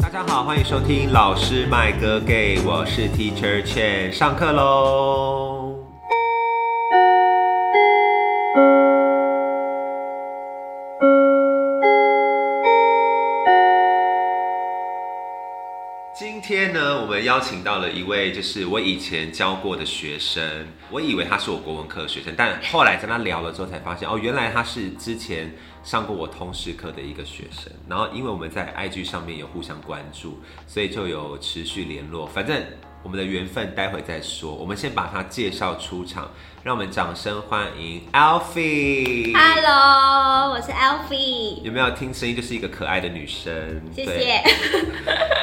大家好，欢迎收听老师麦哥 gay，我是 Teacher Chen，上课喽。今天呢，我们邀请到了一位，就是我以前教过的学生，我以为他是我国文课的学生，但后来跟他聊了之后才发现，哦，原来他是之前上过我通识课的一个学生。然后因为我们在 IG 上面有互相关注，所以就有持续联络。反正我们的缘分待会再说，我们先把他介绍出场，让我们掌声欢迎 Alfie。 Hello，我是 Alfie，有没有听声音就是一个可爱的女生？谢对谢。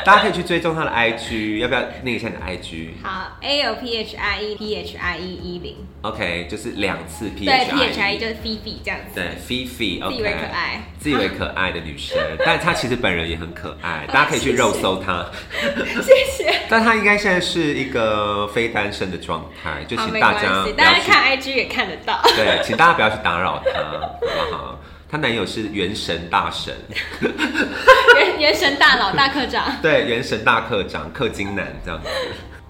大家可以去追踪她的 IG，要不要念一下你的 IG？ 好，A L P H I E P H I E 一零， OK，就是两次 P 对 P H H I E I，就是 Fifi 这样子，对，Fifi，自以为可爱，自以为可爱的女生， 但她其实本人也很可爱，大家可以去肉搜她。哦谢谢。 但她应该现在是一个非单身的状态，就好，请没大关家系，不要大家去，看 IG 也看得到。对，请大家不要去打扰她，好不好？她男友是元神大神， 原原神大佬大科长，对，元神大课长氪金男这样子。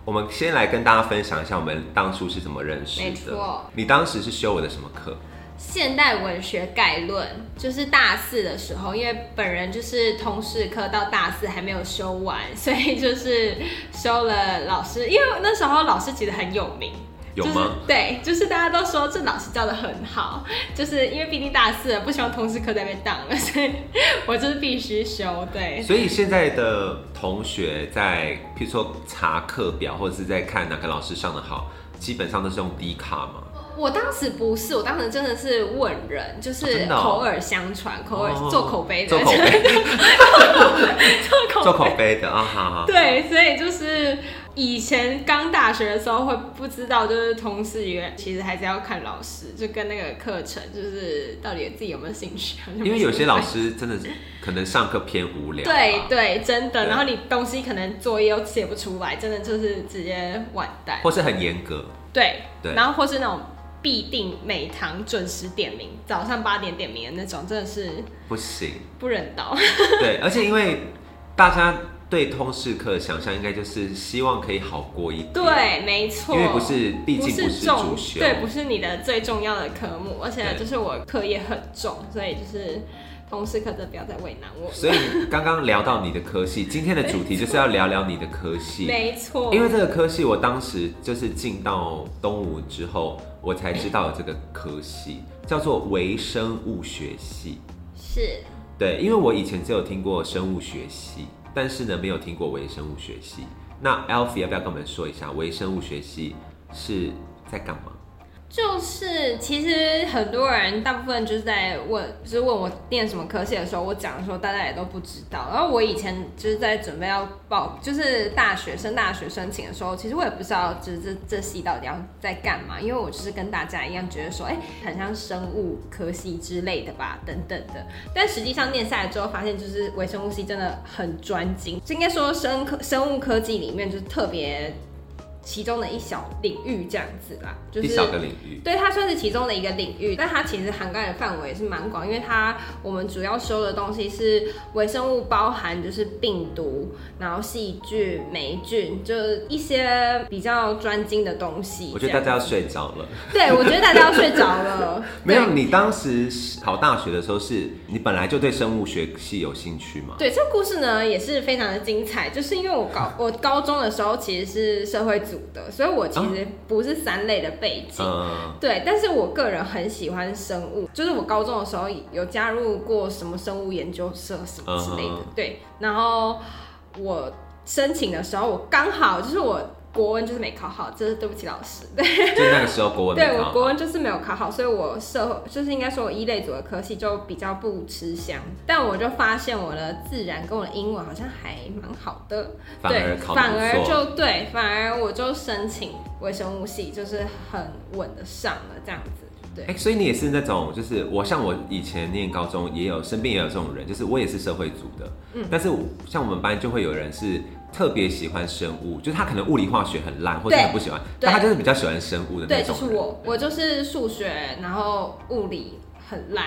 我们先来跟大家分享一下我们当初是怎么认识没的错。你当时是修我的什么课？现代文学概论就是大四的时候，因为本人就是通识课到大四还没有修完，所以就是修了老师，因为那时候老师其实很有名，有就吗是？对，就是大家都说这老师教的很好，就是因为毕竟大四了，不希望通识课再被当了，所以我就是必须修。对，所以现在的同学在，譬如说查课表，或者是在看哪个老师上的好，基本上都是用低卡嘛。我当时不是，我当时真的是问人，就哦是真的哦口耳相传，口耳、哦做口碑的，做口碑， 做做口口碑的啊，好好。对，所以就是以前刚大学的时候会不知道，就是同事约，其实还是要看老师，就跟那个课程，就是到底自己有没有兴趣。因为有些老师。师真的是可能上课偏无聊、啊，对，对，真的。对然后你东西可能作业又写不出来，真的就是直接完蛋。或是很严格，对，对然后或是那种必定每堂准时点名，早上八点点名的那种，真的是不行。不人道。 对，而且因为大家对通识课的想象，应该就是希望可以好过一点，，对，没错。因为不是，毕不竟不是重主修，对，不是你的最重要的科目，而且对就是我课业很重，所以就是同事课真的不要再为难我。 所以刚刚聊到你的科系，今天的主题就是要聊聊你的科系，没错，因为这个科系，我当时就是进到东吴之后，我才知道有这个科系叫做微生物学系。是对，因为我以前只有听过生物学系，但是呢没有听过微生物学系。那 Alfie 要不要跟我们说一下微生物学系是在干嘛？就是其实很多人大部分就是在问，就是问我念什么科系的时候，我讲的时候大家也都不知道。然后我以前就是在准备要报，就是大学升大学申请的时候，其实我也不知道就是这这系到底要在干嘛，因为我就是跟大家一样觉得说，哎、很像生物科系之类的吧，等等的。但实际上念下来之后，发现就是微生物系真的很专精，就应该说生科生物科技里面就是特别。其中的一小领域这样子啦，就是一小个领域，对，它算是其中的一个领域，但它其实涵盖的范围也是蛮广，因为它我们主要修的东西是微生物，包含就是病毒，然后细菌、霉菌，就是一些比较专精的东西。我觉得这大样家要睡着了。。对，我觉得大家要睡着了 没有，对。你当时考大学的时候是，你本来就对生物学系有兴趣吗？对，这个故事呢也是非常的精彩，就是因为我高我高中的时候其实是社会组的，所以我其啊实不是三类的背景。嗯，对，但是我个人很喜欢生物，就是我高中的时候有加入过什么生物研究社什么之类的嗯哼对，然后我申请的时候，我刚好就是我国文就是没考好，这是对不起老师，对，就是那个时候国文没 对考我好国文就是没有考好，所以我社会就是应该说我一类组的科系就比较不吃香，但我就发现我的自然跟我的英文好像还蛮好的，反而考得反不而错就对，反而我就申请微生物系，就是很稳的上了这样子。对，哎、所以你也是那种，就是我像我以前念高中也有，身边也有这种人，就是我也是社会组的，嗯，但是我像我们班就会有人是特别喜欢生物，就是他可能物理化学很烂，或者对很不喜欢，对但他就是比较喜欢生物的那对，种就是人我，我就是数学，然后物理很烂，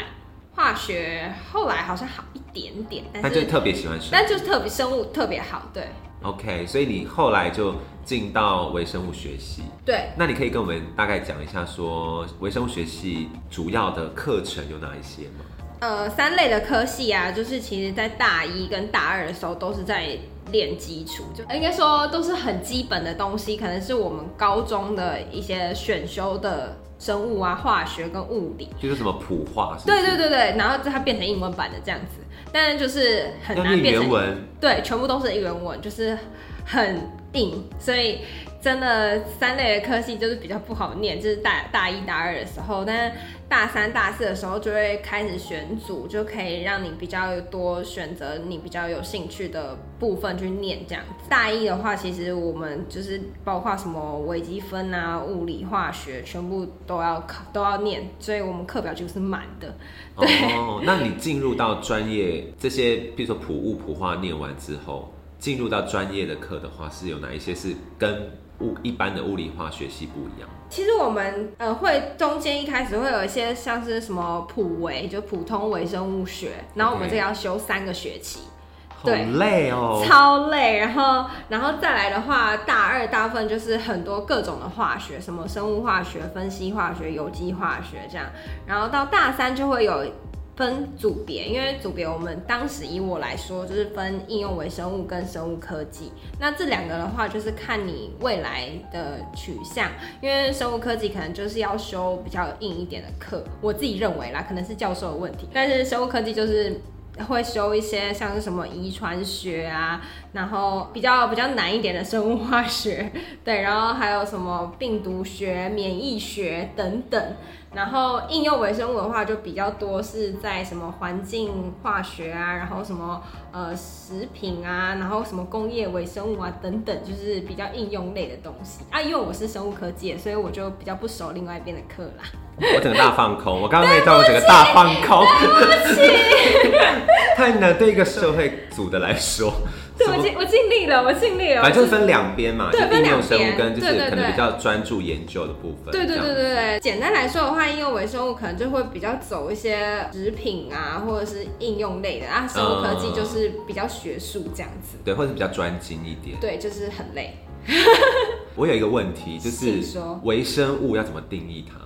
化学后来好像好一点点，那但就是特别喜欢生但物。就是特别生物特别好，对 OK，所以你后来就进到微生物学系，对。那你可以跟我们大概讲一下说微生物学系主要的课程有哪一些吗？呃，三类的科系啊，就是其实在大一跟大二的时候都是在练基础，就呃应该说都是很基本的东西，可能是我们高中的一些选修的生物啊、化学跟物理。就是什么普化是不是？对对对对，然后它变成英文版的这样子，但是就是很要难念变成原文，对，全部都是原文，就是很硬，所以真的三类的科系就是比较不好念，就是大大一大二的时候，但是大三大四的时候就会开始选组，就可以让你比较多选择你比较有兴趣的部分去念这样子。大一的话，其实我们就是包括什么微积分啊、物理、化学，全部都要考都要念，所以我们课表就是满的。哦，那你进入到专业这些，比如说普物、普化念完之后，进入到专业的课的话，是有哪一些是跟物一般的物理化学系不一样？其实我们呃会中间一开始会有一些像是什么普维，就普通微生物学，然后我们 OK 这个要修三个学期好对累哦。超累。然后然后再来的话，大二大部分就是很多各种的化学，什么生物化学、分析化学、有机化学这样。然后到大三就会有分组别，因为组别我们当时以我来说就是分应用微生物跟生物科技。那这两个的话，就是看你未来的取向，因为生物科技可能就是要修比较硬一点的课，我自己认为啦，可能是教授的问题，但是生物科技就是。会修一些像是什么遗传学啊，然后比较比较难一点的生物化学， 对，然后还有什么病毒学、免疫学等等。然后应用微生物的话，就比较多是在什么环境化学啊，然后什么呃食品啊，然后什么工业微生物啊等等，就是比较应用类的东西啊。因为我是生物科技的，所以我就比较不熟另外一边的课啦。我整个大放空，我刚刚那段我整个大放空， 太难对一个社会组的来说， 对，什我么尽我尽力了，我尽力了。反正就是我尽分两边嘛，就对是分应两用生物边跟就是对对可能对比较专注研究的部分。对对这对样对对，简单来说的话，应用微生物可能就会比较走一些食品啊，或者是应用类的啊。生物科技就是比较学术这样子，对，或者比较专精一点。对，就是很累。我有一个问题，就是请说微生物要怎么定义它？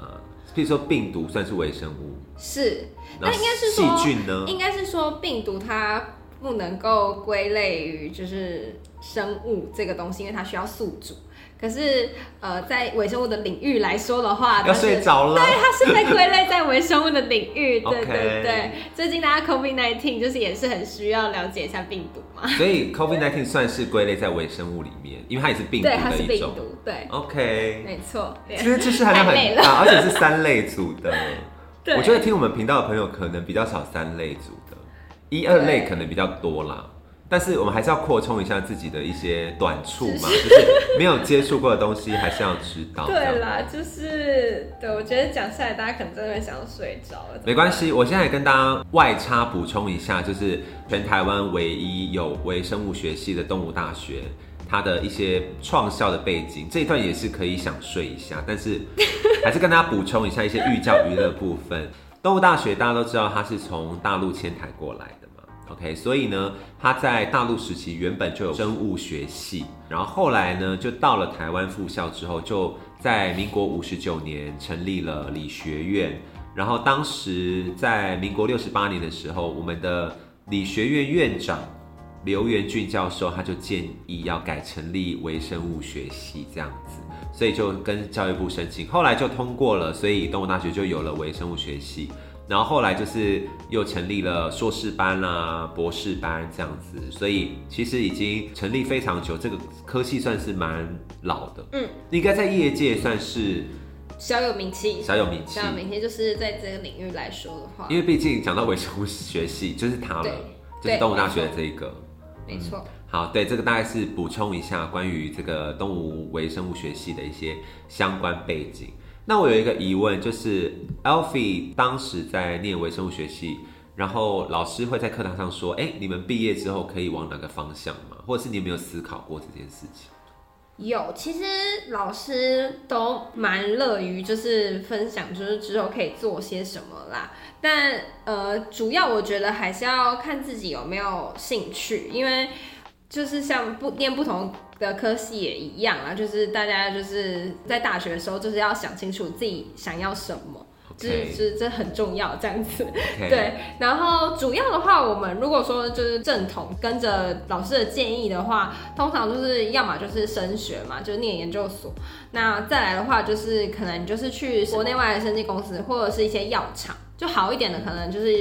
譬如说病毒算是微生物，是，那那应该是细说菌呢？应该是说病毒它不能够归类于就是生物这个东西，因为它需要宿主。可是呃，在微生物的领域来说的话，它要是睡着了对，。它是被归类在微生物的领域。对 OK 对对，最近大家 COVID nineteen 就是也是很需要了解一下病毒嘛。所以 COVID-19 算是归类在微生物里面，因为它也是病毒对，它的是一病种。哦毒，对， OK，没错。对其实知识含量太累很了大，而且是三类组的。 对我觉得听我们频道的朋友可能比较少三类组的，一二类可能比较多啦。但是我们还是要扩充一下自己的一些短处嘛，就是没有接触过的东西还是要知道。这样对啦，就是对，我觉得讲下来大家可能真的会想要睡着了。没关系，我现在跟大家外插补充一下，就是全台湾唯一有微生物学系的动物大学，它的一些创校的背景，这一段也是可以想睡一下，但是还是跟大家补充一下一些寓教于乐部分。动物大学大家都知道，它是从大陆迁台过来的嘛。OK，所以呢，它在大陆时期原本就有生物学系，然后后来呢，就到了台湾复校之后，就在民国五十九年成立了理学院。然后当时在民国六十八年的时候，我们的理学院院长刘元俊教授他就建议要改成立微生物学系这样子，所以就跟教育部申请，后来就通过了，所以东吴大学就有了微生物学系。然后后来就是又成立了硕士班啦、博士班这样子，所以其实已经成立非常久，这个科系算是蛮老的，嗯，应该在业界算是小有名气，小有名气小。有名气就是在这个领域来说的话因，为毕竟讲到微生物学系，就是它了对，就是动物大学的这一个。没错。好，对，这个大概是补充一下关于这个动物微生物学系的一些相关背景。那我有一个疑问，就是 Alfie 当时在念微生物学系，然后老师会在课堂上说：“哎，你们毕业之后可以往哪个方向吗？”或者是你有没有思考过这件事情？有，其实老师都蛮乐于就是分享，就是之后可以做些什么啦。但呃，主要我觉得还是要看自己有没有兴趣，因为就是像不念不同的科系也一样啊，就是大家就是在大学的时候就是要想清楚自己想要什么。这 OK，这这很重要，这样子。 OK 对，然后主要的话，我们如果说就是正统跟着老师的建议的话，通常就是要么就是升学嘛，就是念研究所。那再来的话，就是可能你就是去国内外的生技公司，或者是一些药厂，就好一点的，可能就是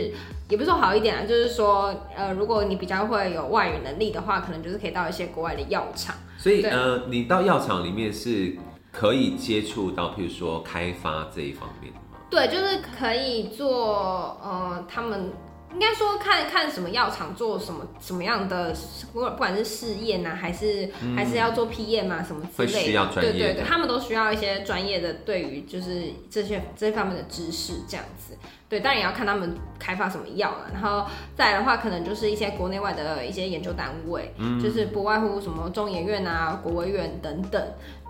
也不是说好一点啊，就是说呃，如果你比较会有外语能力的话，可能就是可以到一些国外的药厂。所以对呃，你到药厂里面是可以接触到，譬如说开发这一方面的吗？对，就是可以做呃，他们应该说看看什么药厂做什么什么样的，不管不管是试验呐，还是、还是要做 P 验嘛，什么之嗯会类的，需要专业对对的对，他们都需要一些专业的对于就是这些这方面的知识这样子。对，当然也要看他们开发什么药啊了，然后再来的话，可能就是一些国内外的一些研究单位，嗯就是不外乎什么中研院啊、国卫院等等，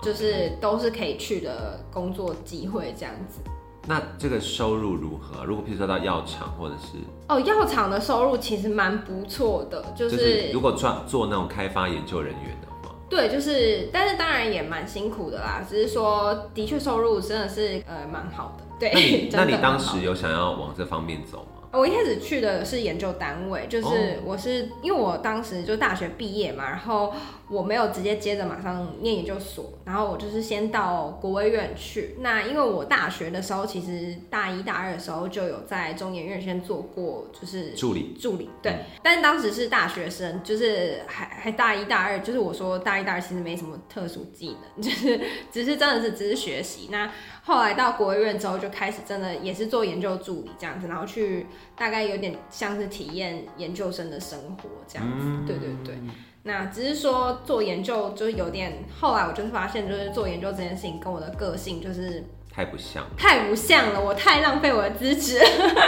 就是都是可以去的工作机会这样子。那这个收入如何啊、如果譬如说到药厂或者是哦，药厂的收入其实蛮不错的，就、就是是如果做做那种开发研究人员的话，对，就是，但是当然也蛮辛苦的啦，只是说的确收入真的是呃蛮好的，对那你 真的那你蛮当好时有想要往这方面走吗？我一开始去的是研究单位，就哦是我是、因为我当时就大学毕业嘛，然后我没有直接接着马上念研究所，然后我就是先到国卫院去。那因为我大学的时候，其实大一大二的时候就有在中研院先做过，就是助理助理对，但是当时是大学生，就是还还大一大二，就是我说大一大二其实没什么特殊技能， 就是只是真的是只是学习。那后来到国卫院之后，就开始真的也是做研究助理这样子，然后去大概有点像是体验研究生的生活这样子。对对对。那只是说做研究就是有点，后来我就是发现，就是做研究这件事情跟我的个性就是太不像，太不像了，我太浪费我的资质了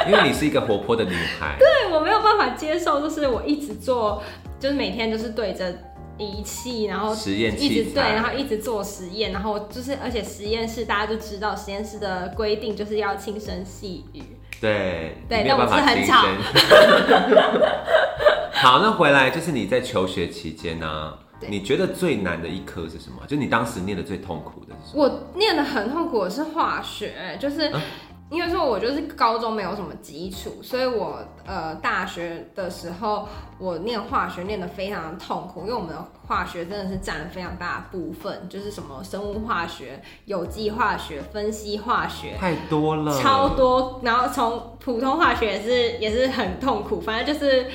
因为你是一个活泼的女孩， 对我没有办法接受，就是我一直做，就是每天就是对着仪器，然后实验一器直对，然材，后一直做实验，然后就是而且实验室大家就知道，实验室的规定就是要轻声细语。对，对你没有办但我法是竞很吵争。 好，那回来就是你在求学期间呢、啊，对你觉得最难的一科是什么？就你当时念的最痛苦的是什么？我念的很痛苦，我是化学，就是。啊因为说我就是高中没有什么基础，所以我呃大学的时候我念化学念得非常的痛苦，因为我们的化学真的是占了非常大的部分，就是什么生物化学、有机化学、分析化学，太多了，超。多，然后从普通化学也是也是很痛苦，反正就是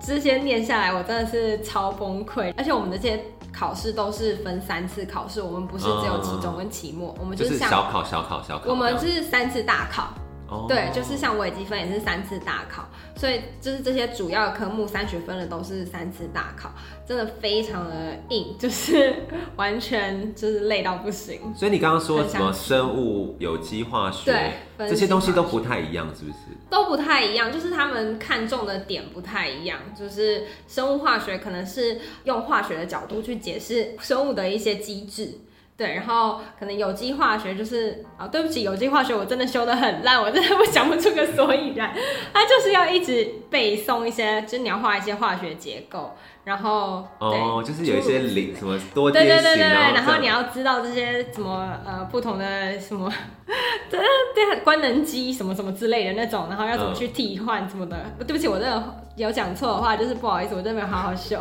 这些念下来，我真的是超崩溃。而且我们的这些考试都是分三次考试，我们不是只有期中跟期末，我们就就是是像小考、小考、哦小考。我们是三次大考，哦对，就是像微积分也是三次大考，所以就是这些主要科目三学分的都是三次大考，真的非常的硬，就是完全就是累到不行。所以你刚刚说很什像么生物、有机化对学，，分这些东西析都化学不太一样，是不是？都不太一样，就是他们看重的点不太一样。就是生物化学可能是用化学的角度去解释生物的一些机制，对，然后可能有机化学就是啊、对不起，有机化学我真的修得很烂，我真的不想不出个所以然。它就是要一直背诵一些，就是你要画一些化学结构，然后对。哦，就是有一些零什么多对边对形，对对对，然这后样你要知道这些什么呃不同的什么， 对对官能机什么什么之类的那种，然后要怎么去替换什么的。对不起，我这个有讲错的话，就是不好意思，我真的没有好好 修。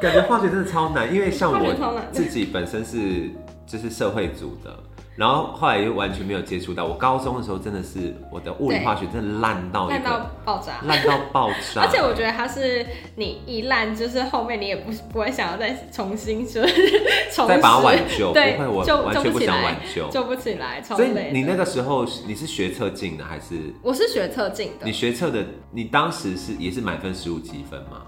感觉化学真的超难，因为像化学超我难自己本身是就是社会组的，然后后来又完全没有接触到。我高中的时候真的是我的物理对化学真的烂到一烂到个爆炸。烂到爆炸，而且我觉得它是你一烂，就是后面你也不不会想要再重新就是重再把它拾挽救，对不会，我救完救全不起想来挽救。 救不起来，超所以累你的。那个时候是你是学测进的还是？我是学特进的你，学测的，你当时是也是满分十五积分吗？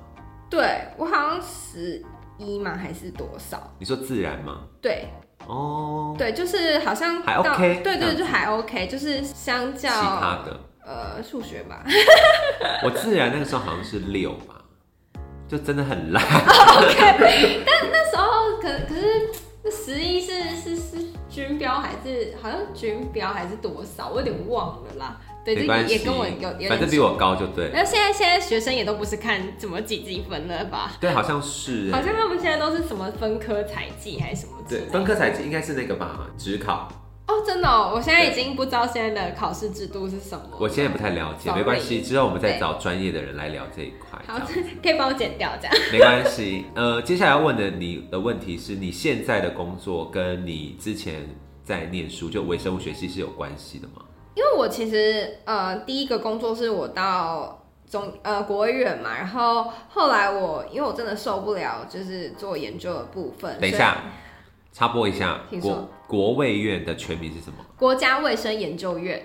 对我好像十一嘛还是多少？你说自然吗？对，哦，对，就是好像还到 OK，对这样对，就还 OK，就是相其较他的，呃数学吧， 我自然那个时候好像是六吧，就真的很烂。 OK，但那时候可可是那十一是是是军标还是好像军标还是多少，我有点忘了啦。对，没这关系，也跟我有有点。反正比我高就对。那现在现在学生也都不是看怎么几几分了吧？对，好像是欸。好像他们现在都是什么分科采记还是什么之对类，的。分科采集应该是那个吧，职考。哦，真的、哦，我现在已经不知道现在的考试制度是什么。我现在不太了解， Sorry 没关系，之后我们再对找专业的人来聊这一块。好，这样这可以帮我剪掉这样。没关系。呃，接下来要问的你的问题是你现在的工作跟你之前在念书就微生物学系是有关系的吗？因为我其实呃第一个工作是我到中呃国卫院嘛，然后后来我因为我真的受不了就是做研究的部分，等一所以下，插播一下，呃请说国国卫院的全名是什么？国家卫生研究院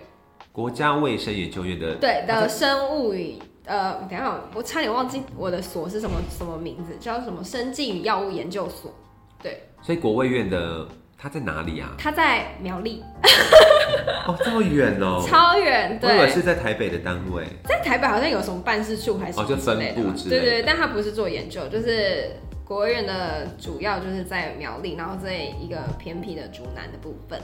国家卫生研究院的对它 的在生物与呃等一下我差点忘记我的所是什么什么名字，叫什么生技与药物研究所，所以国卫院的它在哪里啊？它在苗栗，哦，这么远 哦、超远，我以为对，是在台北的单位。在台北好像有什么办事处还是什哦么就分类的部吧之对类对，的但它不是做研究，就是国务院的主要就是在苗栗，然后这一个偏僻的竹南的部分，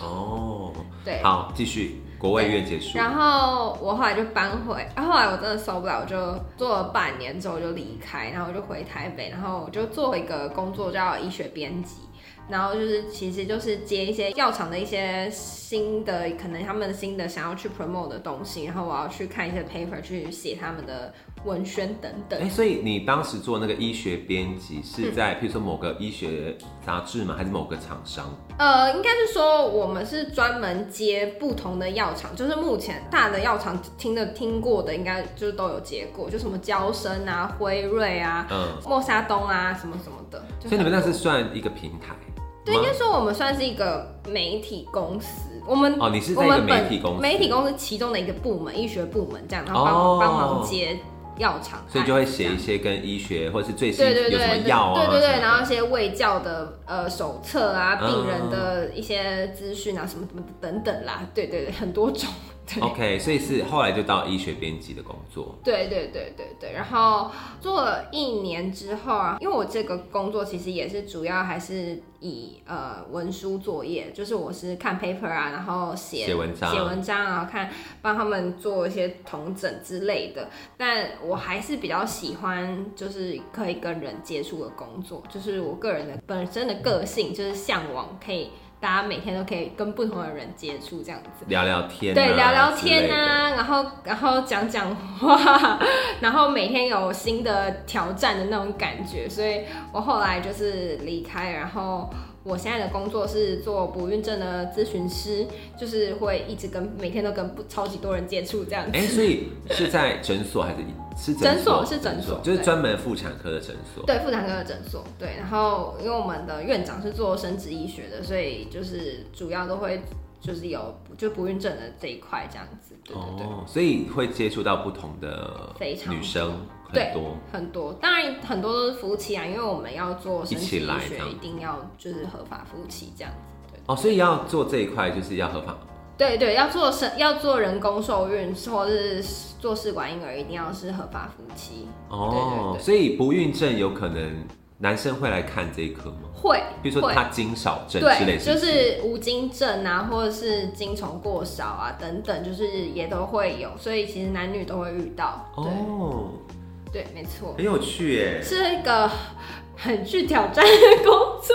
哦，对。好，继续国卫院结束。然后我后来就搬回，啊、后来我真的受不了，我就做了半年之后就离开，然后我就回台北，然后我就做一个工作叫医学编辑，然后就是其实就是接一些药厂的一些新的，可能他们新的想要去 promote 的东西，然后我要去看一些 paper 去写他们的文宣等等哎、。所以你当时做那个医学编辑是在，譬如说某个医学杂志吗？还是某个厂商？呃，应该是说我们是专门接不同的药厂，就是目前大的药厂听的听过的，应该就是都有接过，就什么娇生啊、辉瑞啊、嗯，莫沙东啊什么什么的。就所以你们那很是算一个平台吗？对，应该说我们算是一个媒体公司，我们哦，你是嗯我在一个们媒本体公司，媒体公司其中的一个部门，医学部门这样，然后帮、哦帮忙接药厂案，所以就会写这样一些跟医学或者是最新对对有对什么对药啊，对对什么对，的然后一些卫教的呃手册啊，嗯病人的一些资讯啊，什么什么等等啦，对对对，很多种，对。 OK，所以是后来就到医学编辑的工作。对对对对对，然后做了一年之后啊，因为我这个工作其实也是主要还是以呃文书作业，就是我是看 paper 啊，然后写写文章写文章啊，看帮他们做一些统整之类的。但我还是比较喜欢就是可以跟人接触的工作，就是我个人的本身的个性就是向往可以大家每天都可以跟不同的人接触这样子。聊聊天、啊，对，聊聊天啊，啊，然后然后讲讲话， 然后每天有新的挑战的那种感觉，所以我后来就是离开，然后我现在的工作是做不孕症的咨询师，就是会一直跟每天都跟不超级多人接触这样子。哎、所以是在诊所还是是诊所所？是诊所就是对专门妇产科的诊所。对，妇产科的诊所，对，然后因为我们的院长是做生殖医学的，所以就是主要都会就是有就不孕症的这一块这样子，对对对。哦，所以会接触到不同的非常女生对很多，很多，当然很多都是夫妻啊，因为我们要做生一殖起医来这学，样一定要就是合法夫妻这样子。哦，所以要做这一块就是要合法。对对对，要做生要做人工受孕，或是做试管婴儿，一定要是合法夫妻。哦，对对对所以不孕症有可能男生会来看这一科吗？会，比如说会他精少症之类对，是就不是无精症啊，或者是精虫过少啊等等，就是也都会有，所以其实男女都会遇到。对、哦，对，没错，很有趣耶。是一个很具挑战的工作，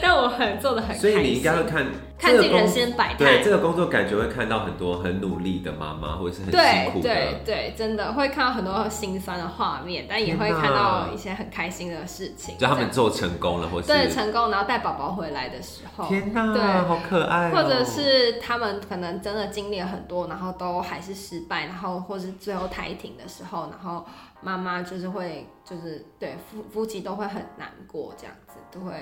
但我很做的很开所心。以你应该会看看这个尽工人间百态。对这个工作，感觉会看到很多很努力的妈妈，或者是很辛对苦对的。对，真的会看到很多心酸的画面，但也会天哪看到一些很开心的事情。就他们这做成功了，或是样对成功，然后带宝宝回来的时候，天哪，对好可爱哦、或者是他们可能真的经历了很多，然后都还是失败，然后或是最后胎停的时候，然后妈妈就是会就是对夫夫妻都会很难过，这样子都会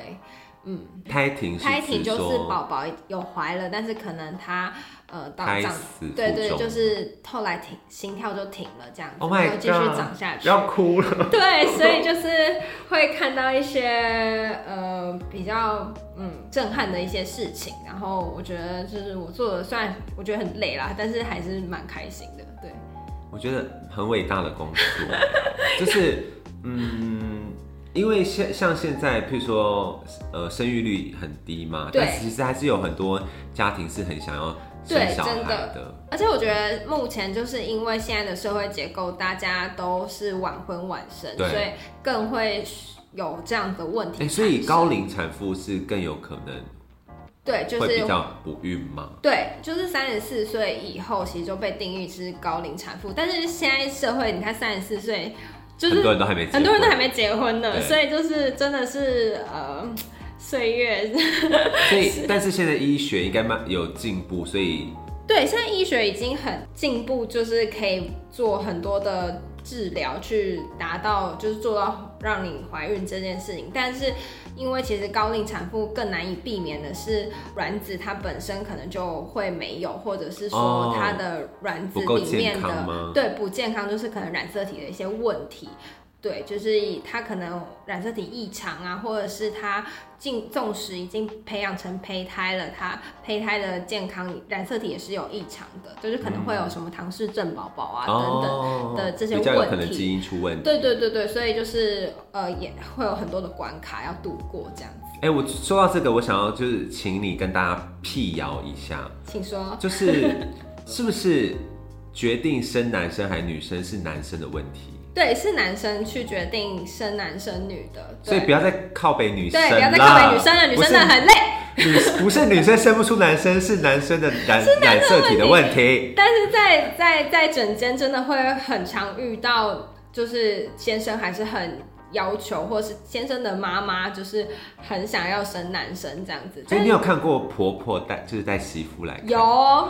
嗯。胎停，胎停就指是说宝宝有怀了，但是可能他呃到胎长死对腹对，中就是后来停，心跳就停了，这样子， Oh my 然后继续 God，长下去。要哭了。对，所以就是会看到一些呃比较嗯震撼的一些事情，然后我觉得就是我做的虽然我觉得很累啦，但是还是蛮开心的。对， 我觉得很伟大的工作，就是嗯，因为现像现在，譬如说，呃，生育率很低嘛，对但其实还是有很多家庭是很想要生对小真孩的而且我觉得目前就是因为现在的社会结构，大家都是晚婚晚生，对所以更会有这样的问哎、题产生、所以高龄产妇是更有可能对就会是比较不孕吗？对，就是三十四岁以后，其实就被定义是高龄产妇。但是现在社会，你看三十四岁，就很是多人都还没结婚，很多人都还没结婚呢，对所以就是真的是呃，岁月所以，但是现在医学应该慢有进步，所以对，现在医学已经很进步，就是可以做很多的治疗去达到，就是做到让你怀孕这件事情。但是，因为其实高龄产妇更难以避免的是，卵子它本身可能就会没有，或者是说哦它的卵子不够里面健的、康吗？对不健康，就是可能染色体的一些问题。对，就是以它可能染色体异常啊，或者是它进纵使已经培养成胚胎了，它胚胎的健康染色体也是有异常的，就是可能会有什么唐氏症宝宝啊、等等。嗯哦的这些比较有问可能题基因出问题。对对对对，所以就是呃也会有很多的关卡要度过这样子。哎、我说到这个，我想要就是请你跟大家辟谣一下，请说，就是 是不是决定生男生还女生是男生的问题？对，是男生去决定生男生女的，所以不要要再靠北女生对啦，不要再靠北女生了，女生真的很累。不是 女不是女生生不出男生，是男生的染染色体的问题。但是在在在整间真的会很常遇到，就是先生还是很要求，或是先生的妈妈就是很想要生男生这样子。所以你有看过婆婆带就是带媳妇来看？有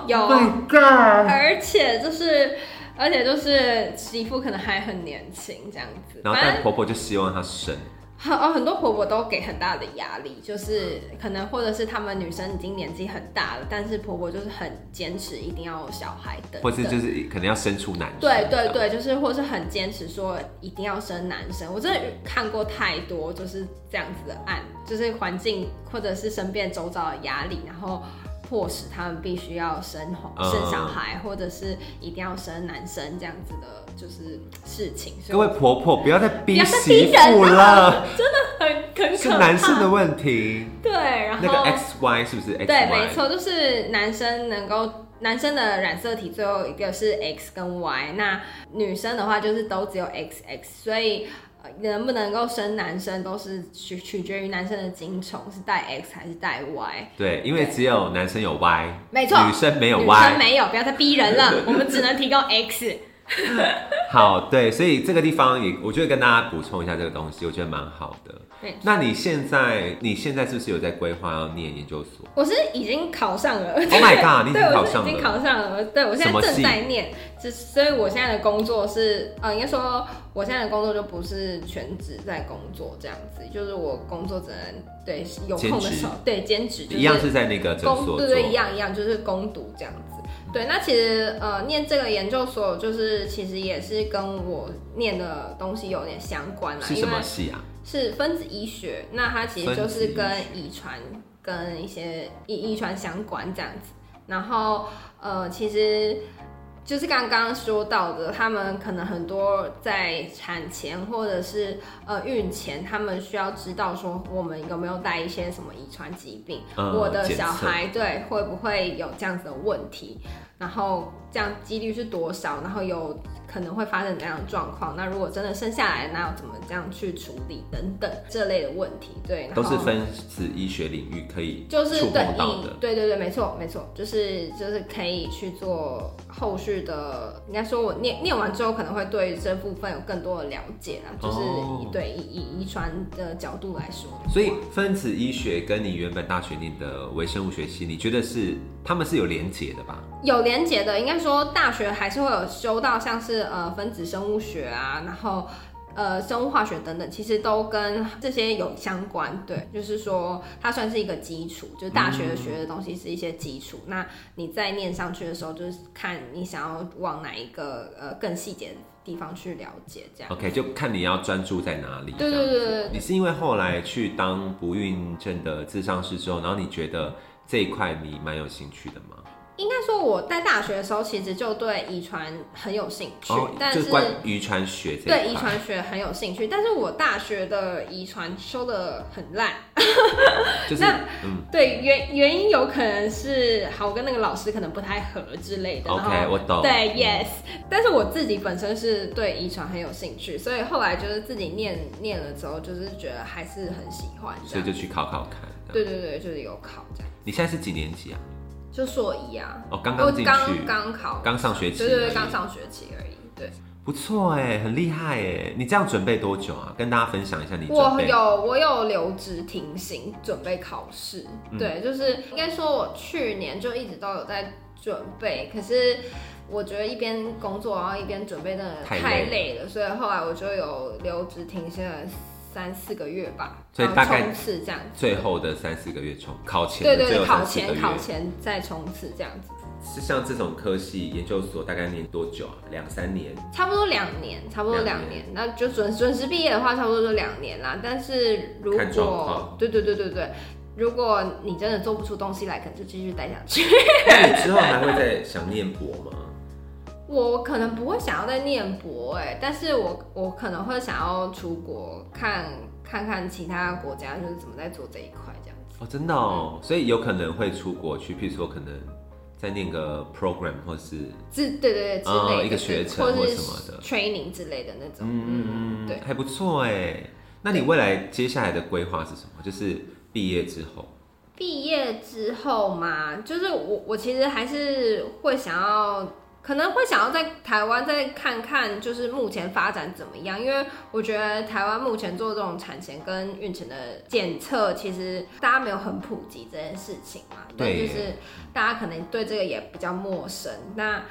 有 Oh，My God！而且就是而且就是媳妇可能还很年轻这样子，然后反正但婆婆就希望她生，很哦，很多婆婆都给很大的压力，就是可能或者是她们女生已经年纪很大了，但是婆婆就是很坚持一定要有小孩等等，或是就是可能要生出男生。对对，对，就是或是很坚持说一定要生男生，我真的看过太多就是这样子的案，就是环境或者是身边周遭的压力，然后迫使他们必须要生嗯生小孩，或者是一定要生男生这样子的，就是事情。所以各位我婆婆不要再不逼要再逼媳人妇了，很很是可怕。男生的问题。对，然后那个 X Y 是不是 X Y？对，没。错，就是男生能够。男生的染色体最后一个是 X 跟 Y，那女生的话就是都只有 XX，所以呃能不能够生男生都是取取决于男生的精虫是带 X 还是带 Y。对，因为只有男生有 Y，没错女生没有女生 Y。没有，不要再逼人了， 我们只能提供 X。好，对，所以这个地方也，我觉得跟大家补充一下这个东西，我觉得蛮好的对。那你现在，你现在是不是有在规划要念研究所我是已经考上了？Oh my god！你已对经，考我是已上经了，考上了，对我什现在么正系在念，只所以我现在的工作是，呃，应该说我现在的工作就不是全职在工作这样子，就是我工作只能对有空兼的职时候，对兼职就是一样是在那个诊攻所对做。对一样一样，就是攻读这样子。对，那其实呃，念这个研究所就是其实也是跟我念的东西有点相关啦，是因什为么系啊？是分子医学，那它其实就是跟分遗传跟一些遗遗传相关这样子。然后呃，其实就是刚刚说到的，他们可能很多在产前或者是呃孕前，他们需要知道说我们有没有带一些什么遗传疾病，嗯我的检小测孩对会不会有这样子的问题，然后这样几率是多少，然后有可能会发生怎样的状况？那如果真的生下来，那要怎么这样去处理等等这类的问题，对，然后都是分子医学领域可以哦就是触对碰到的。对对对，没错没错，就是就是可以去做后续的，应该说我念念完之后可能会对这部分有更多的了解啦，就是哦以、对以以遗传的角度来说的话，所以分子医学跟你原本大学念的微生物学系，你觉得是他们是有连结的吧？有连结的，应该说大学还是会有修到像是呃分子生物学啊，然后呃生物化学等等，其实都跟这些有相关。对，就是说它算是一个基础，就是大嗯学学的东西是一些基础。那你在念上去的时候，就是看你想要往哪一个呃更细节的地方去了解，这样。 OK，就看你要专注在哪里。对这样对对对你是因为后来去当不孕症的智商师之后，然后你觉得这一块你蛮有兴趣的吗？应该说我在大学的时候其实就对遗传很有兴趣，哦，但就是关于遗传学这一对遗块传学很有兴趣，但是我大学的遗传修的很烂。就是那嗯对原原因有可能是好，我跟那个老师可能不太合之类的。然，OK，后我懂。对，yes，但是我自己本身是对遗传很有兴趣，所以后来就是自己念念了之后，就是觉得还是很喜欢这所以样。就去考考看。这样对对对，就是有考这样，你现在是几年级啊？就硕一啊，哦，刚我刚进刚去，刚考，刚上学期对对而对，已刚上学期而已。对，不错哎，很厉害哎。你这样准备多久啊？跟大家分享一下你准我备。有我有留职停薪，准备考试。嗯对，就是应该说，我去年就一直都有在准备，可是我觉得一边工作，然后一边准备，真的太太累累了，所以后来我就有留职停薪了三四个月吧，所以然后大概冲刺这样子。最后的三四个月冲考前对的对最后对，考三四个前月，考前再冲刺这样子，是像这种科系研究所大概念多久啊？两三 年。差不多两年，差不多两两年年，那就准准时毕业的话，差不多就两年啦。但是如看状况果对对对对对，如果你真的做不出东西来，可能就继续待下去。 那你之后还会再想念博吗？我可能不会想要再念博哎、但是我我可能会想要出国看看看其他国家就是怎么在做这一块这样子。哦，真的哦，所以有可能会出国去，譬如说可能再念个 program 或是之对对对之哦类的、一个学程或或是什么的 training 之类的那种。嗯嗯嗯，对，还不错哎。那你未来接下来的规划是什么？就是毕业之后，毕业之后嘛，就是我我其实还是会想要，可能会想要在台湾再看看，就是目前发展怎么样，因为我觉得台湾目前做这种产前跟孕前的检测，其实大家没有很普及这件事情嘛，对耶就是大家可能对这个也比较陌生，那。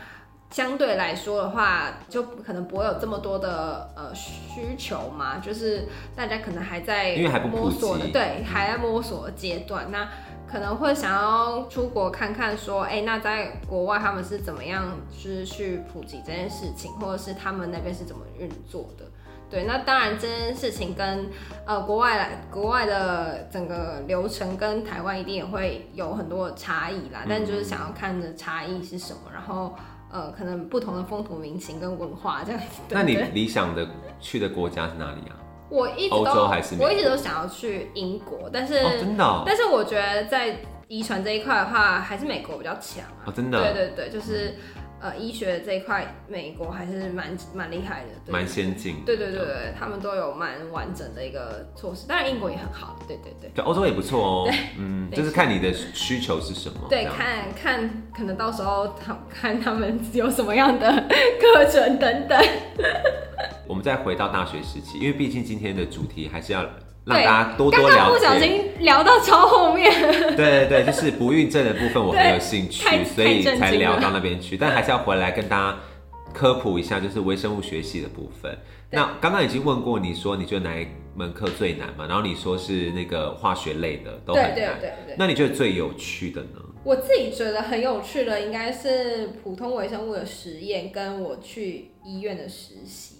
相对来说的话，就可能不会有这么多的呃需求嘛，就是大家可能还在因为还不普摸索的及，对，还在摸索的阶段。那可能会想要出国看看，说，哎、那在国外他们是怎么样，就是去普及这件事情，或者是他们那边是怎么运作的。对，那当然这件事情跟呃国外来国外的整个流程跟台湾一定也会有很多的差异啦，但就是想要嗯看的差异是什么，然后呃可能不同的风土民情跟文化这样子。那你对理想的去的国家是哪里啊？我一直都欧洲还是美国我一直都想要去英国，但是、哦，真的哦，但是我觉得在遗传这一块的话，还是美国比较强啊。哦真对的对对，就是呃医学这一块，美国还是蛮蛮厉害的。对蛮先进的。对对对对，他们都有蛮完整的一个措施，当然英国也很好。对对对。对，欧洲也不错哦。嗯，对就是看你的需求是什么。哦这对，样看看，可能到时候他看他们 有什么样的课程等等。我们再回到大学时期，因为毕竟今天的主题还是要让对大家多刚多刚了不小解。心聊到超后面， 对对对，就是不孕症的部分我很有兴趣，太所以太震惊才聊了到那边去，但还是要回来跟大家科普一下，就是微生物学系的部分。对那刚刚已经问过你说你觉得哪一门课最难嘛？然后你说是那个化学类的都很对难，对对对。那你觉得最有趣的呢？我自己觉得很有趣的应该是普通微生物的实验，跟我去医院的实习。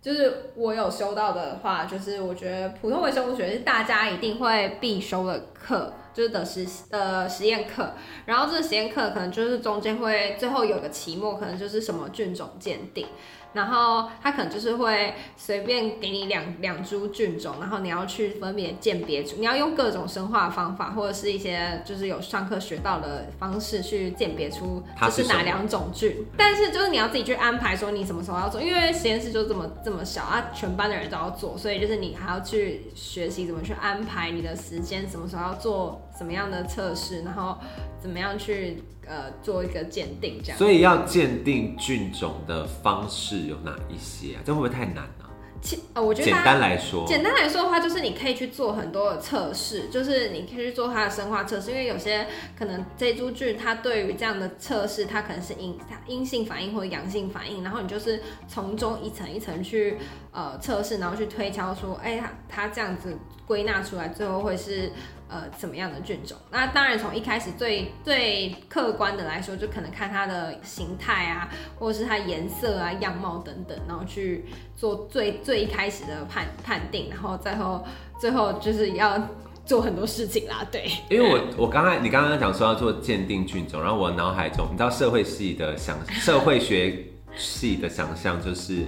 就是我有修到的话，就是我觉得普通微生物学是大家一定会必修的课，就是的实呃实验课。然后这个实验课可能就是中间会最后有个期末，可能就是什么菌种鉴定。然后它可能就是会随便给你两两株菌种，然后你要去分别鉴别出，你要用各种生化方法或者是一些就是有上课学到的方式去鉴别出它这是是什哪么两种菌。但是就是你要自己去安排说你什么时候要做，因为实验室就这么这么小啊，全班的人都要做，所以就是你还要去学习怎么去安排你的时间，什么时候要做什么样的测试，然后怎么样去呃做一个鉴定这样。所以要鉴定菌种的方式有哪一些啊？这会不会太难啊？其呃，我觉得简大家单来说，简单来说的话，就是你可以去做很多的测试，就是你可以去做它的生化测试，因为有些可能这株菌它对于这样的测试，它可能是阴它阴性反应或者阳性反应，然后你就是从中一层一层去呃测试，然后去推敲说，哎、它它这样子归纳出来，最后会是。呃，怎么样的菌种？那当然，从一开始最最客观的来说，就可能看它的形态啊，或者是它颜色啊、样貌等等，然后去做最最一开始的判判定，然后最后最后就是要做很多事情啦，对，因为我我刚才你刚刚讲说要做鉴定菌种，然后我脑海中你知道社会系的想 社会学系的想象就是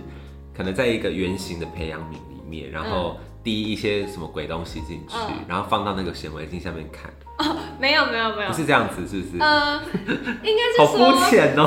可能在一个圆形的培养皿里面，然后滴一些什么鬼东西进去，嗯然后放到那个显微镜下面看，没有没有没 有不，是这样子，是不是？呃，应该好是说肤浅哦！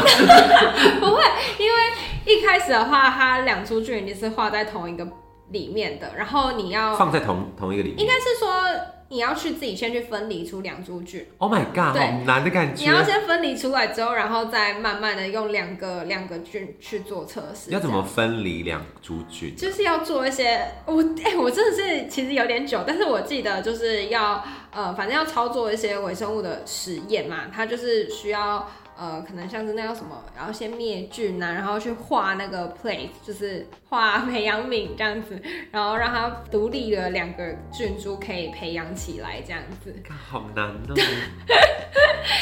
不会，因为一开始的话，它两株菌一定是画在同一个里面的，然后你要放在同同一个里哦应面该是说你要去自己先去分离出两株菌， ，Oh my god，对好难的感你觉。要先分离出来之后，然后再慢慢的用两个两个菌去做测试。要怎这么样？分离两啊株菌？就是要做一些我哎、我真的是其实有点久，但是我记得就是要呃，反正要操作一些微生物的实验嘛，它就是需要呃，可能像是那叫什么，然后先灭菌啊，然后去画那个 plate，就是画培养皿这样子，然后让它独立的两个菌株可以培养起来这样子。看好难哦、 你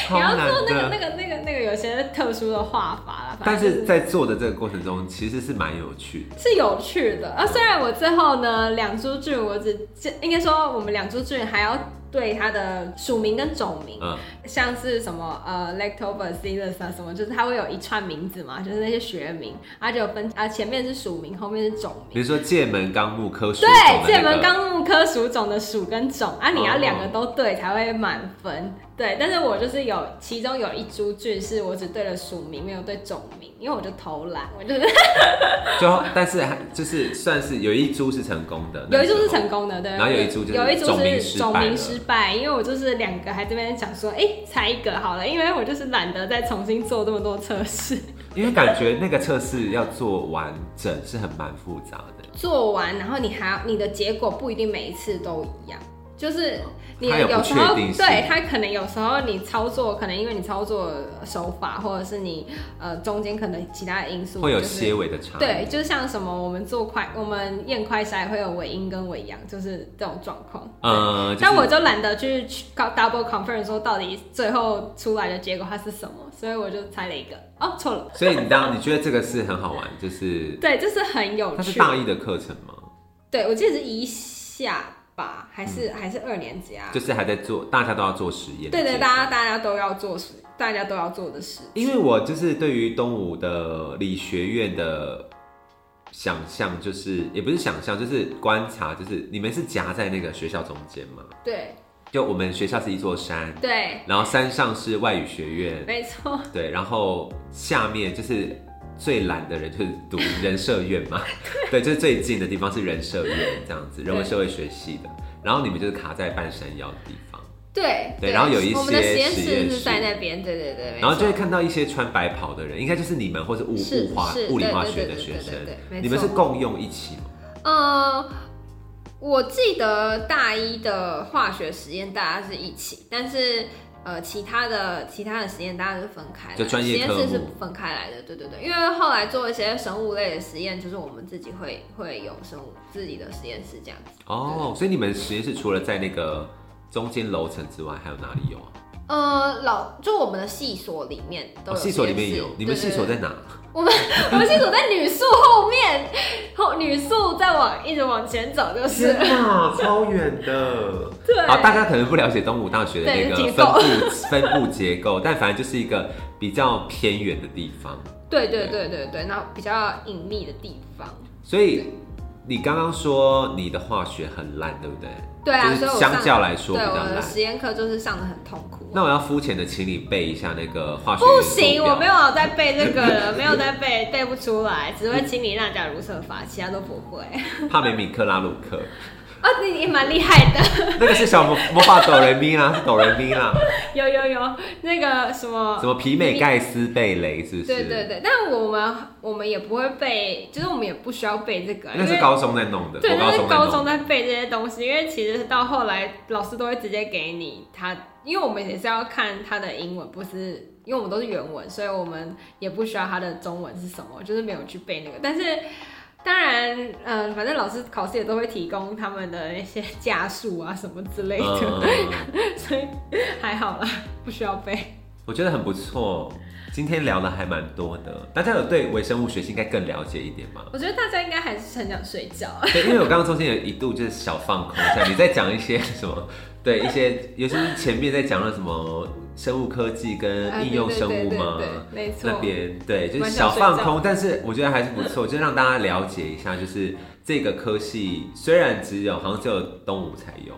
超要难做那个的。那个那个那个有些特殊的画法啦，反但正就是在做的这个过程中，其实是蛮有趣的。是有趣的啊。虽然我最后呢，两株菌我只这应该说我们两株菌还要对它的属名跟种名，嗯，像是什么呃 lactobacillus 啊什么，就是它会有一串名字嘛，就是那些学名，它就有分啊前面是属名，后面是种比名。如说界门纲目科属种的那对，个界门纲目科属种的属跟种啊，你要哦两个都对才会满分。对，但是我就是有其中有一株菌是我只对了属名，没有对种名，因为我就偷懒，我就是就但是还就是算是有一株是成功的，有一株是那时候成功的，对。然后有一株就是有一株种名是失败种名了失败，因为我就是两个还这边讲说，哎、猜一个好了，因为我就是懒得再重新做这么多测试。因为感觉那个测试要做完整是很蛮复杂的。做完，然后你还要你的结果不一定每一次都一样，就是你它有不有时候确定性对它可能有时候你操作，可能因为你操作手法或者是你呃中间可能其他的因素会有就是些微的差异，对，就像什么我们做快我们验快筛会有尾阴跟尾阳，就是这种状况。呃，就是、但我就懒得去去搞 double confirm 说到底最后出来的结果它是什么，所以我就猜了一个，哦，错了，所以你当你觉得这个是很好玩，就是对，就是很有它是趣。大一的课程吗？对，我记得是一下吧，还是、还是二年级啊？嗯就是还在做，大家都要做实验。对对，家。大家大家都要做事，大家都要做的事。因为我就是对于东吴的理学院的想象，就是也不是想象，就是观察，就是你们是夹在那个学校中间嘛？对就我们学校是一座山，对，然后山上是外语学院，没错，对，然后下面就是最懒的人就是读人社院嘛，对，就是最近的地方是人社院这 样子，人文对社会学系的，然后你们就是卡在半山腰的地方。对对然后有一我们的些实验实室验是室在那边，对对对，没然后就会错看到一些穿白袍的人，应该就是你们或是物是物化是物理对化对学对的对学对生对对，没你们错是共用一起吗？呃，我记得大一的化学实验大家是一起，但是呃，其他的其他的实验大家是分开来的，就专业实验科室是目分开来的。对对对，因为后来做一些生物类的实验，就是我们自己会会有生物自己的实验室这样子。哦，所以你们实验室除了在那个中间楼层之外，还有哪里有啊？呃，老就我们的系所里面都哦，有实系验室、所里面有，你们对系所？对对在 哪？我们我们系所在女宿后面，后女宿再往一直往前走就是。哪，超远的。对，好，大家可能不了解东吴大学的那对个结分构布分布结构， 但反正就是一个比较偏远的地方。对对对对对，那比较隐秘的地方。所以你刚刚说你的化学很烂，对不对？对啊，就所以是我相上较来说比对较我的烂。实验课就是上的很痛苦。那我要肤浅的，请你背一下那个化学不元行，素表我没。有在背这个了，没有在背，背不出来，只会清理那假如厕法，其他都不会。 帕梅米克拉鲁克，啊，你也蛮厉害的， 那个是小魔魔法哆来咪啦，是哆来咪啦，有有有，那个什么什。么皮美盖斯贝雷是不是？对对，对，但我们我们也不会背，就是我们也不需要背这个，因那是为高中在弄的，对，我高那是中在高弄中的。在背这些东西，因为其实到后来老师都会直接给你他，因为我们也是要看他的英文，不是因为我们都是原文，所以我们也不需要他的中文是什么，就是没有去背那个。但是当然，嗯、反正老师考试也都会提供他们的一些加数啊什么之类的，嗯， 所以还好啦，不需要背。我觉得很不错。今天聊的还蛮多的，大家有对微生物学系应该更了解一点吗？我觉得大家应该还是很想睡觉。对，因为我刚刚中间有一度就是小放空一下，你在讲一些什么对一些，尤其是前面在讲了什么生物科技啊跟对呃应用对生对物对嘛，对没错那。边对，就是蛮小想放睡空，但是我觉得还是不错， 就让大家了解一下，就是这个科系虽然只有好像只有东吴才有，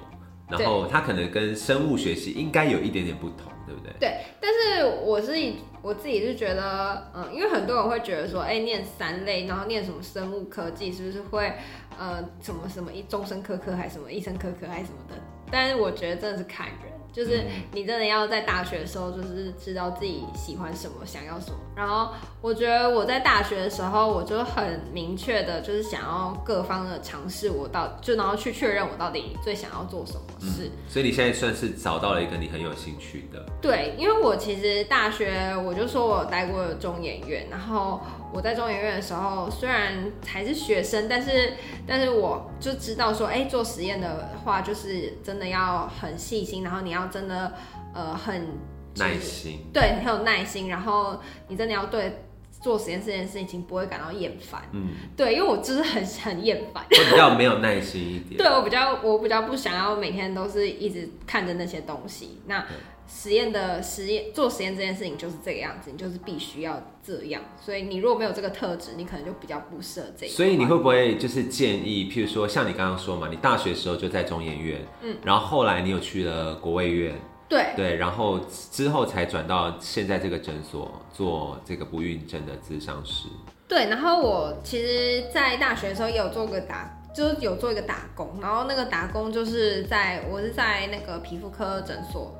然后它可能跟生物学系应该有一点点不同，对不对？但是我自己我自己是觉得，嗯，因为很多人会觉得说，哎、念三类，然后念什么生物科技，是不是会，呃，什么什么一终身科科还是什么医生科科还是什么的？但是我觉得真的是看人，就是你真的要在大学的时候，就是知道自己喜欢什么，想要什么。然后我觉得我在大学的时候，我就很明确的，就是想要各方的尝试，我到就然后去确认我到底最想要做什么事。所以你现在算是找到了一个你很有兴趣的，对，因为我其实大学我就说我有待过中研院，然后我在中研院的时候，虽然还是学生，但是但是我就知道说，哎、做实验的话，就是真的要很细心，然后你要真的呃很耐心。对，很有耐心，然后你真的要对做实验这件事情不会感到厌烦。嗯，对，因为我就是很很厌烦。会比较没有耐心一点。对我比较，我比较不想要每天都是一直看着那些东西。那对实验的实验做实验这件事情就是这个样子，你就是必须要这样。所以你如果没有这个特质，你可能就比较不适合这一块。所以你会不会就是建议，譬如说像你刚刚说嘛，你大学时候就在中研院，嗯，然后后来你有去了国卫院，对对，然后之后才转到现在这个诊所做这个不孕症的咨商师。对，然后我其实，在大学的时候也有做个打，就是有做一个打工，然后那个打工就是在我是在那个皮肤科诊所，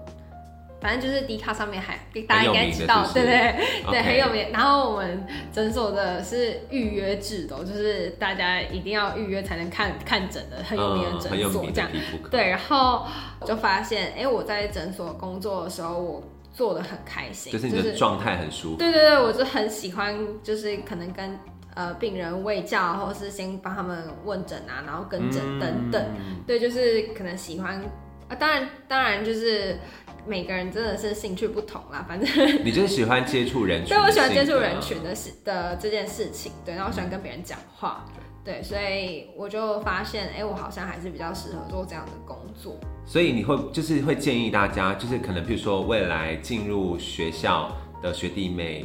反正就是 D 卡上面还大家应该知道，很有名的是对不是对对。对， OK 很有名。然后我们诊所的是预约制的哦，就是大家一定要预约才能看看诊的，很有名的嗯很有诊所名这的样。皮肤科。对，然后我就发现，哎、我在诊所工作的时候，我做的很开心，就是你的状态很舒服。对对对，我就很喜欢，就是可能跟呃病人喂教，或是先帮他们问诊啊，然后跟诊等等。嗯对，就是可能喜欢啊，当然当然就是每个人真的是兴趣不同啦，反正 你就是喜欢接触人群，对，我喜欢接触人群。的事的这件事情，对，然后我喜欢跟别人讲话，嗯对，所以我就发现，哎、我好像还是比较适合做这样的工作。所以你会就是会建议大家，就是可能譬如说未来进入学校的学弟妹，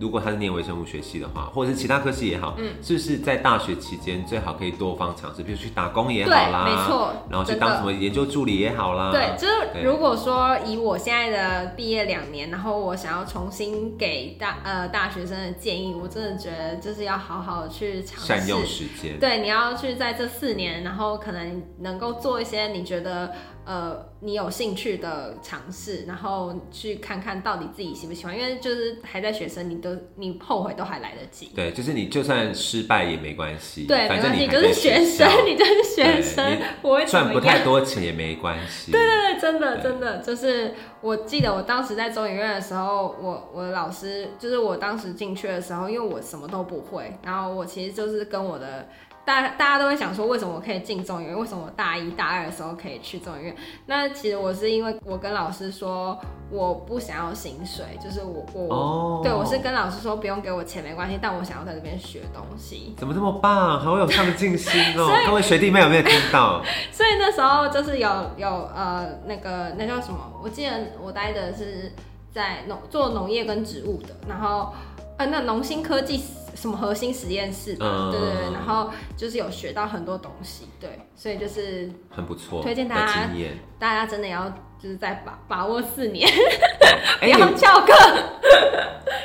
如果他是念微生物学系的话，或者是其他科系也好，嗯，是不是在大学期间最好可以多方尝试，比如去打工也对，好啦，没，错，然后去真当的什么研究助理也好啦，对，就是对如果说以我现在的毕业两年，然后我想要重新给大呃大学生的建议，我真的觉得就是要好好去尝试，善用时间。对，你要去在这四年，然后可能能够做一些你觉得呃你有兴趣的呃尝试，然后去看看到底自己喜不喜欢，因为就是还在学生，你都你后悔都还来得及。对，就是你就算失败也没关系，对，没反关正系，你你还就在是学校生，你就是学对生你，我会怎赚么不样？太多钱也没关系。对对， 真的对真的，就是我记得我当时在中影院的时候，我我的老师就是我当时进去的时候，因为我什么都不会，然后我其实就是跟我的大大家都会想说，为什么我可以进中影院？为什么我大一大二的时候可以去中影院？那其实我是因为我跟老师说我不想要薪水，就是我我、哦，对我是跟老师说不用给我钱没关系，但我想要在这边学东西。怎么这么棒，好有上进心 哦！各位学弟妹有没有听到？所以那时候就是有有呃那个那叫什么？我记得我待的是在农做农业跟植物的，然后呃那农心科技什么核心实验室吧，嗯 对对对，然后就是有学到很多东西，对，所以就是很不错，推荐大家的经 验。大家真的要就是在把把握四年， 不哎、要也翘课，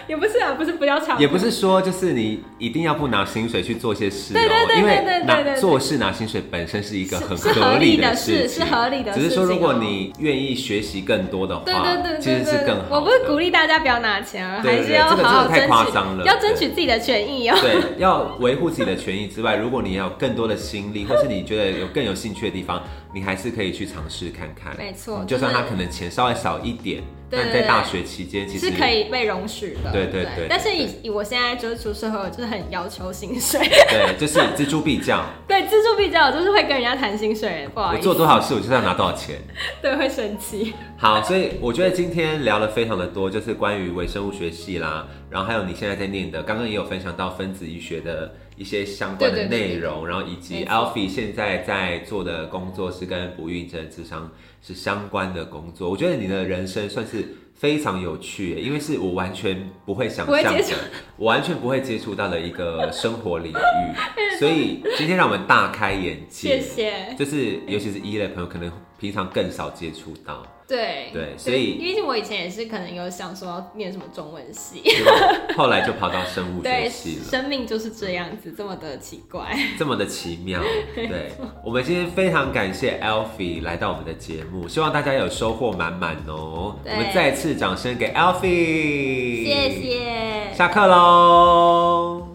也不是啊，不是不要翘课，也不是说就是你一定要不拿薪水去做些事哦，对对对因对对为对拿对对做事拿薪水本身是一个是很是合理的事，事是情。合理的事只情哦。是说，如果你愿意学习更多的话，对对对其对实是对更好的。我啊不是鼓励大家不要拿钱啊，对还对是对要这个好好真的太争夸取，张了要争取自己的权益哦。对，要维护自己的权益之外，如果你有更多的心力，或是你觉得有更有兴趣的地方，你还是可以去尝试看看。没错嗯就就是算他可能钱稍微少一点，对但对在对大学期间其实是可以被容许的，对对对对但是以以我现在就是出社会，我就是很要求薪水。 对，就是锱铢必较，对，自助比较就是会跟人家谈薪水，不好我意做思，多少事我就是要拿多少钱。对，会生气。好，所以我觉得今天聊了非常的多，就是关于微生物学系啦，然后还有你现在在念的，刚刚也有分享到分子医学的一些相关的对对对内容，然后以及嗯没错 Alfie 现在在做的工作是跟不孕症智商是相关的工作。我觉得你的人生算是非常有趣，因为是我完全不会想不会象接的触，我完全不会接触到的一个生活领 域，所以今天让我们大开眼界。谢谢。就是尤其是一类朋友，可能平常更少接触到。对对所以因为我以前也是可能有想说要念什么中文 系，就后来就跑到生物学对，系了，生命就是这样子，这么的奇怪。这么的奇 妙。对，我们今天非常感谢 Alfie 来到我们的节目，希望大家有收获满满哦。对我们再次掌声给 Alfie，谢。谢。下课喽。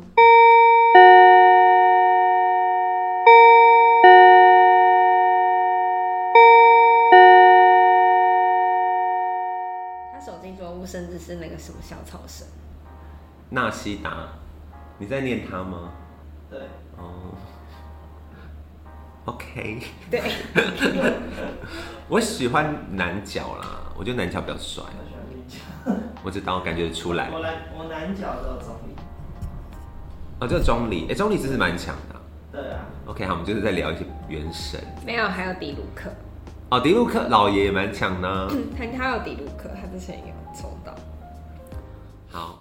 他手机作物甚至是那个什么小草声，纳西达，你在念他吗？对，哦、o k 对，我喜欢男角啦，我觉得男角比较帅，我喜欢你讲。我知道，感觉得出来。我男我男角都有中立。哦，这个钟离，哎、钟离真是蛮强的啊、对啊， OK，好，我们就是在聊一些原神。没有，还有迪卢克，哦，迪路克老嗯爷也蛮强的啊、他他有迪卢克，他之前有抽到。好。